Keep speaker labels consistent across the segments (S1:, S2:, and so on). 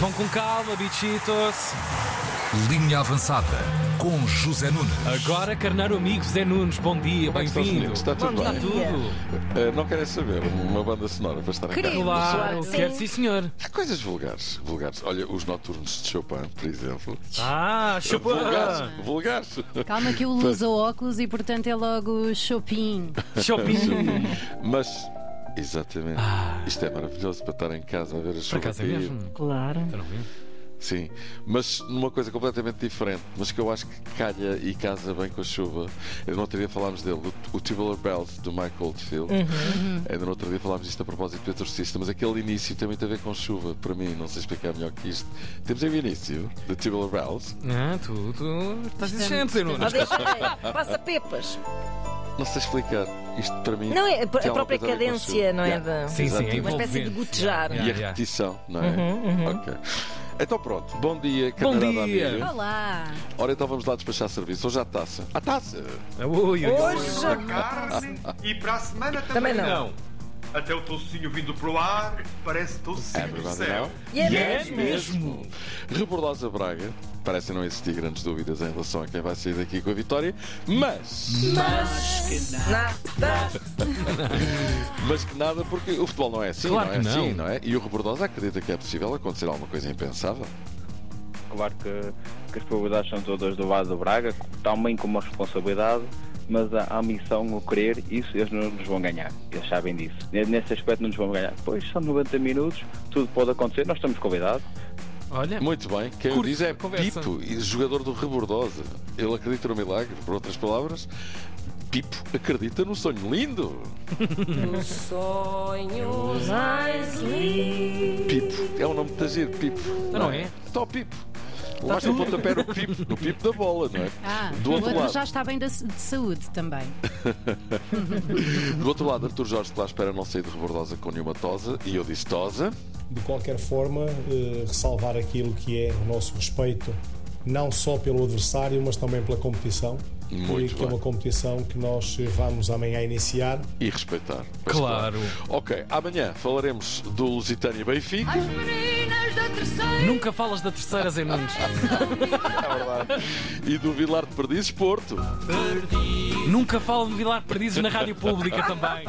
S1: Vão com calma, bichitos.
S2: Linha avançada com José Nunes.
S1: Agora, carneiro amigo Zé Nunes, bom dia,
S3: Como é que estão,
S1: bem-vindo.
S3: senhores? Está tudo
S1: Vamos,
S3: bem?
S1: Está tudo.
S3: Eh, não querem saber uma banda sonora para estar em
S4: Queremos.
S3: casa?
S1: Claro,
S4: Sim.
S1: quero sim, senhor.
S3: Há coisas vulgares, vulgares. Olha, os noturnos de Chopin, por exemplo.
S1: Ah, chupa.
S3: Vulgares, vulgares.
S4: Calma que ele usa óculos e portanto é logo Chopin.
S1: Chopin.
S3: Mas, exatamente. Isto é maravilhoso para estar em casa a ver a
S1: Ah. Por
S3: chuva
S1: acaso é
S3: cair.
S1: mesmo?
S4: Claro.
S1: Então não é?
S3: Sim, mas numa coisa completamente diferente, mas que eu acho que calha e casa bem com a chuva. Ainda no outro dia falámos dele, o, o Tubular Bells do Mike
S5: Uhum.
S3: Oldfield. Ainda no outro dia falámos disto a propósito do Exorcista, mas aquele início tem muito a ver com chuva, para mim, não sei explicar melhor que isto. Temos aí o início do Tubular Bells.
S1: Ah, tu, tu estás
S5: é
S1: exigente, Zé Nunes.
S5: Passa pepas.
S3: Não sei explicar, isto para mim.
S5: Não é a
S3: tem
S5: pr- a
S3: alguma
S5: própria
S3: coisa a ver com chuva.
S5: cadência, não é?
S3: Yeah.
S5: Da...
S1: Sim, sim, é
S3: Exato.
S5: Uma espécie de
S1: envolvente.
S5: gotejar.
S3: E a
S1: Yeah, yeah.
S3: repetição, não é?
S5: Uhum,
S3: Ok. Então pronto, bom dia,
S1: Bom
S3: camarada
S1: dia.
S3: amigo.
S4: Olá.
S3: Ora, então vamos lá despachar serviço. Hoje à taça. À taça!
S1: Ui, ui, ui.
S5: Hoje,
S6: Pra carne e pra semana
S5: Também
S6: também.
S5: não.
S1: Não.
S6: Até o tocinho vindo pro ar, parece
S3: É
S6: tocinho do
S3: verdade,
S6: céu.
S3: não?
S5: e é
S1: É
S5: mesmo.
S1: mesmo.
S3: Rebordosa Braga. Parece não existir grandes dúvidas em relação a quem vai sair daqui com a vitória, mas.
S5: Nada.
S3: Mas que nada, porque o futebol não é assim,
S1: Claro
S3: não é
S1: que não.
S3: assim, não é? E o Rebordosa acredita que é possível acontecer alguma coisa impensável?
S7: Claro que, que as probabilidades são todas do lado do Braga, também com uma responsabilidade, mas a, a ambição, o querer, isso eles não nos vão ganhar. Eles sabem disso. Ne- Nesse aspecto não nos vão ganhar. Pois são 90 minutos, tudo pode acontecer, nós estamos convidados.
S1: Olha,
S3: Muito bem, quem o
S1: Curto
S3: diz é
S1: a conversa.
S3: Pipo, e jogador do Rebordosa. Ele acredita no milagre, por outras palavras. Pipo acredita num sonho lindo.
S5: Sonhos mais lindos.
S3: Pipo, é um nome muito giro, Pipo.
S1: Não, não é? Tá
S3: Tó Pipo. Basta o pontapé no Pipo, no Pipo da bola, não é?
S4: Ah,
S3: Do
S4: o
S3: outro
S4: outro
S3: lado.
S4: já está bem da- de saúde também.
S3: Do outro lado, Artur Jorge que lá espera não sair de rebordosa com nenhuma tosa, e eu disse tosa.
S8: de qualquer forma, eh, ressalvar aquilo que é o nosso respeito, não só pelo adversário, mas também pela competição.
S3: Muito
S8: e que
S3: bem.
S8: é uma competição que nós eh, vamos amanhã iniciar.
S3: E respeitar. Mas
S1: Claro.
S3: Ok, amanhã falaremos do Lusitânia Benfica.
S1: Nunca falas da terceira, Zé Nunes.
S3: e do Vilar de Perdizes Porto.
S1: Nunca falam de Vilar de Perdizes na rádio pública também.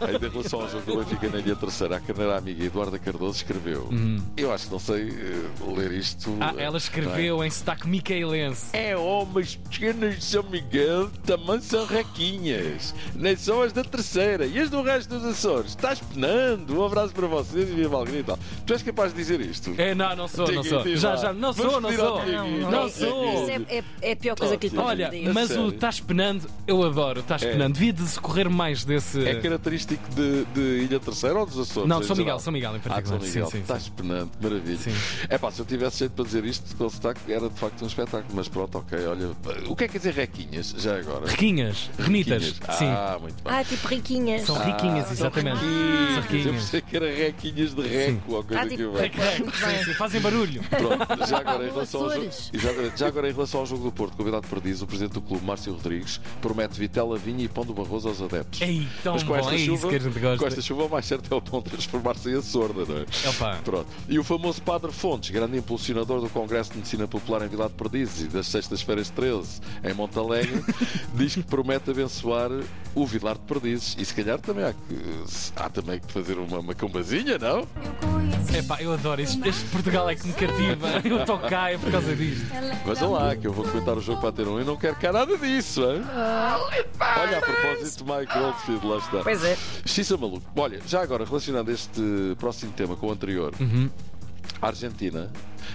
S3: Ainda em relação ao jogo do Benfica na Ilha Terceira, a carneira amiga Eduarda Cardoso escreveu. Eu acho que não sei eh, ler isto.
S1: Uhum. Ah, ela escreveu em sotaque micaelense.
S3: É homens pequenas de São Miguel também são raquinhas. Nem são as da terceira e as do resto dos Açores. Estás penando. Um abraço para vocês e viva a alegria e tal. Tu és capaz de dizer isto?
S1: É, não, não sou, não
S3: Diga,
S1: sou.
S3: diga
S1: Já,
S3: lá.
S1: já, não
S3: Vamos
S1: sou, não
S3: pedir ao
S1: sou.
S3: Diego.
S1: Não,
S3: Não,
S1: sou.
S5: Isso é, é- é a pior coisa que lhe
S3: Tóquio.
S5: pode
S1: Olha,
S5: pedir.
S1: mas
S3: sério.
S1: o estás penando, eu adoro. Estás
S3: É.
S1: penando. Devia de se correr mais desse.
S3: É característico de, de Ilha Terceira ou dos Açores?
S1: Não,
S3: em
S1: São Miguel,
S3: geral?
S1: São Miguel em
S3: Ah, de São
S1: particular. Sim,
S3: Miguel,
S1: sim, sim.
S3: estás penante, maravilha.
S1: Sim.
S3: É pá, se eu tivesse jeito para dizer isto com sotaque, era de facto um espetáculo, mas pronto, ok, olha. O que é que quer dizer requinhas, já agora?
S1: Riquinhas, bonitas.
S3: Requinhas.
S1: Sim.
S3: Ah, muito bem.
S5: Ah, tipo riquinhas.
S1: São riquinhas, exatamente. São
S3: Requinhas. Eu
S1: riquinhas.
S3: pensei que era requinhas de reco ou coisa
S5: Ah,
S3: que
S5: tipo-
S3: vai.
S1: Requinhas, É, sim, sim, Fazem barulho.
S3: Pronto, já agora, em
S4: Ou
S3: relação ao jogo,
S4: Açores.
S3: exatamente, já agora em relação ao jogo do Porto, convidado perdiz, o presidente do clube, Márcio Rodrigues, promete vitela, vinho e pão do barroso aos adeptos.
S1: Ei, tão
S3: Mas com
S1: bom.
S3: esta,
S1: É isso
S3: chuva,
S1: que a gente
S3: com
S1: gosta.
S3: esta chuva, o mais certo é o pão transformar-se em açorda, não é?
S1: Opa.
S3: Pronto. E o famoso Padre Fontes, grande impulsionador do Congresso de Medicina Popular em Vila de Perdizes e das sextas-feiras 13 em Montalegre, diz que promete abençoar o Vilar de Perdizes. E se calhar também há que, há também que fazer uma macumbazinha, não?
S1: Epá, eu adoro. Este, este Portugal é que me cativa. Eu estou cá é por causa disto.
S3: Vejam
S5: Tá.
S3: lá que eu vou comentar o jogo para ter um e não quero cá nada disso, hein? Olha, a propósito, Mike Goldfield, lá está.
S5: Ah. Pois é.
S3: Xisa maluco. Olha, já agora, relacionando este próximo tema com o anterior, a Argentina,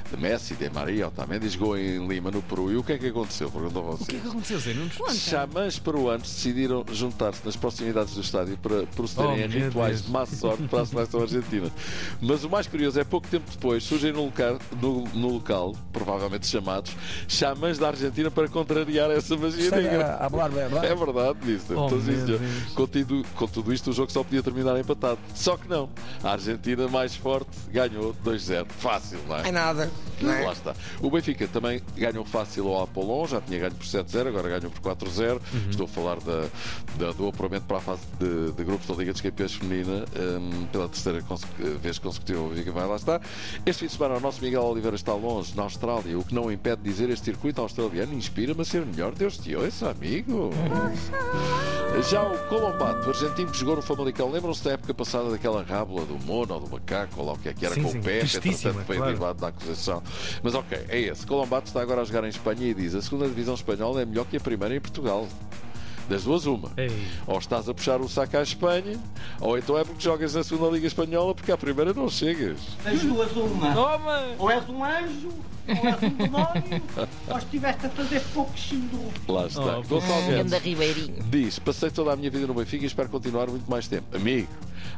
S3: de Messi, de Maria, Otamendi, jogou em Lima, no Peru. E o que é que aconteceu? Perguntou
S1: O que é
S3: vocês.
S1: que aconteceu, Zé Nunes?
S3: Xamãs peruanos decidiram juntar-se nas proximidades do estádio para
S1: Oh,
S3: procederem a
S1: meu
S3: rituais
S1: Deus.
S3: de má sorte para a seleção argentina. Mas o mais curioso é pouco tempo depois surgem no local, no, no local provavelmente chamados, xamãs da Argentina para contrariar essa magia negra. É verdade, disse.
S1: Oh,
S3: Então, sim,
S1: meu
S3: senhor.
S1: Deus.
S3: com, tudo, com tudo isto, o jogo só podia terminar empatado. Só que não. A Argentina mais forte ganhou 2-0. Fácil, não é?
S9: É nada, nada. Não é?
S3: Lá está. O Benfica também ganhou fácil ao Apollon, já tinha ganho por 7-0, agora ganhou por 4-0.
S1: Uhum.
S3: Estou a falar da, da- do apuramento para a fase de, de grupos da Liga dos Campeões Feminina hum, pela terceira conse- vez consecutiva. O Benfica vai lá estar. Este fim de semana, o nosso Miguel Oliveira está longe, na Austrália, o que não o impede de dizer este circuito australiano inspira-me a ser melhor. Deus te ouça, amigo. Já o Colombato, o argentino que jogou no Famalicão, lembram-se da época passada daquela rábula do mono ou do macaco, ou lá o que é que era,
S10: Sim,
S3: com
S10: sim,
S3: o pé,
S10: tristíssima,
S3: entretanto foi
S10: claro.
S3: derivado da acusação. Mas ok, é esse. Colombato está agora a jogar em Espanha e diz: a segunda divisão espanhola é melhor que a primeira em Portugal. Das duas, uma.
S10: Ei.
S3: Ou estás a puxar o saco à Espanha, ou então é porque jogas na segunda Liga Espanhola porque à primeira não chegas.
S11: Das duas, uma.
S1: Toma!
S11: Ou és um anjo, ou és um demónio, ou estiveste a fazer pouco xindu.
S3: Lá está.
S1: Oh,
S3: Gonçalo Guedes.
S5: Ganda Ribeirinho.
S3: Diz, passei toda a minha vida no Benfica e espero continuar muito mais tempo. Amigo,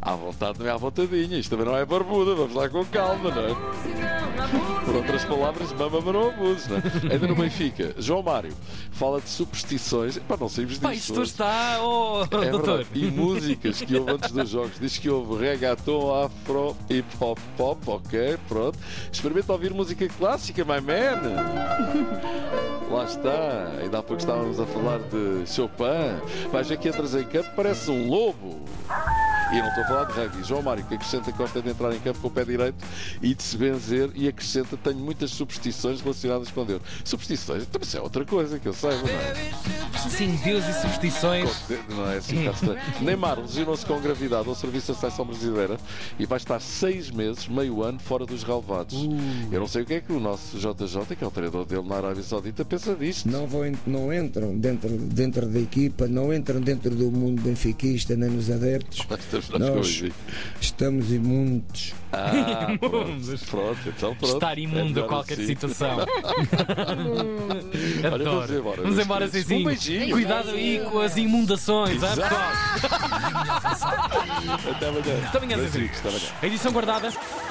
S3: à vontade não é à vontadinha, isto também não é barbuda, vamos lá com calma, não é? Por outras palavras, mama não abuso, não é? Ainda no Benfica, João Mário fala de superstições, pá, não saímos disso.
S1: Pá, isto está, oh,
S3: É
S1: doutor.
S3: verdade. E músicas que houve antes dos jogos. Diz que houve reggaeton, afro, hip hop, pop, ok, pronto. Experimenta ouvir música clássica, my man. Lá está. Ainda há pouco estávamos a falar de Chopin. Vais ver que entras em campo, parece um lobo. E eu não estou a falar de rugby. João Mário, que acrescenta que gosta de entrar em campo com o pé direito e de se benzer, e acrescenta tenho muitas superstições relacionadas com Deus. Superstições? Então, Isso é outra coisa que eu saiba, não é?
S1: Sim, Deus e superstições.
S3: Não é assim, está estranho. Neymar lesionou-se com gravidade ao serviço da seleção brasileira e vai estar seis meses, meio ano, fora dos relevados. Eu não sei o que é que o nosso JJ, que é o treinador dele na Arábia Saudita, pensa disto.
S9: Não, vão, não entram dentro, dentro da equipa, não entram dentro do mundo benfiquista, nem nos adeptos.
S3: Nós estamos nós com o
S9: Nós
S3: Benfica.
S9: estamos imundos.
S3: Ah, pronto, pronto, então pronto.
S1: Estar
S3: É
S1: imundo
S3: melhor
S1: a qualquer
S3: assim.
S1: situação.
S3: Olha, vamos
S1: Adoro.
S3: embora,
S1: Vamos
S3: meus
S1: embora,
S3: queridos.
S1: Zezinho.
S3: Um beijinho.
S1: Cuidado aí com as imundações. ah,
S3: Exato.
S1: pessoal?
S3: Até amanhã.
S1: Até amanhã, Zezinho.
S3: Beijinhos, Até amanhã.
S1: A edição guardada.